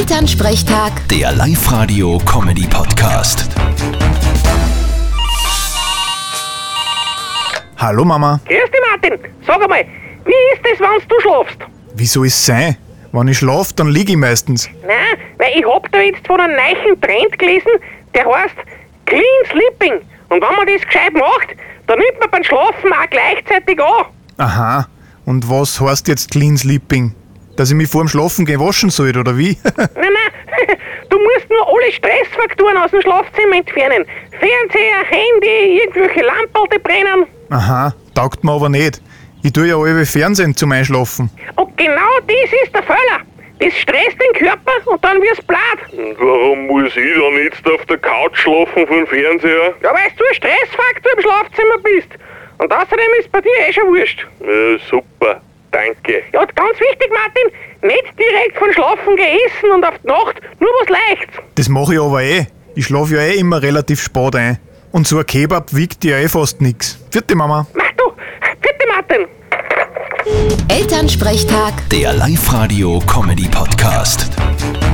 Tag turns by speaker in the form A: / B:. A: Elternsprechtag,
B: Der Live-Radio-Comedy-Podcast.
C: Hallo Mama,
D: Grüß dich, Martin. Sag einmal, wie ist es, wenn du schlafst?
C: wie soll es sein? Wenn ich schlafe, dann liege ich meistens.
D: Nein, weil ich hab da jetzt von einem neuen Trend gelesen, der heißt Clean Sleeping. Und wenn man das gescheit macht, dann nimmt man beim Schlafen auch gleichzeitig an.
C: Aha, und was heißt jetzt Clean Sleeping? Dass ich mich vorm Schlafen gehen waschen soll, oder wie?
D: Nein, nein, du musst nur alle Stressfaktoren aus dem Schlafzimmer entfernen. Fernseher, Handy, irgendwelche Lampen, die brennen.
C: Aha, taugt mir aber nicht. Ich tue ja alle Fernsehen zum Einschlafen.
D: Und genau das ist der Fehler. Das stresst den Körper und dann wirst blatt.
E: Und warum muss ich dann jetzt auf der Couch schlafen vom Fernseher?
D: Ja, weil du ein Stressfaktor im Schlafzimmer bist. Und außerdem ist bei dir eh schon wurscht.
E: Äh, super, danke.
D: Ja, und ganz wichtig, Martin, nicht direkt von Schlafen geessen und auf die Nacht, nur was Leichtes.
C: Das mache ich aber eh. Ich schlafe ja eh immer relativ spät ein. Und so ein Kebab wiegt ja eh fast nix. Vierte Mama.
D: Mach du, bitte, Martin.
A: Elternsprechtag.
B: Der Live-Radio-Comedy-Podcast.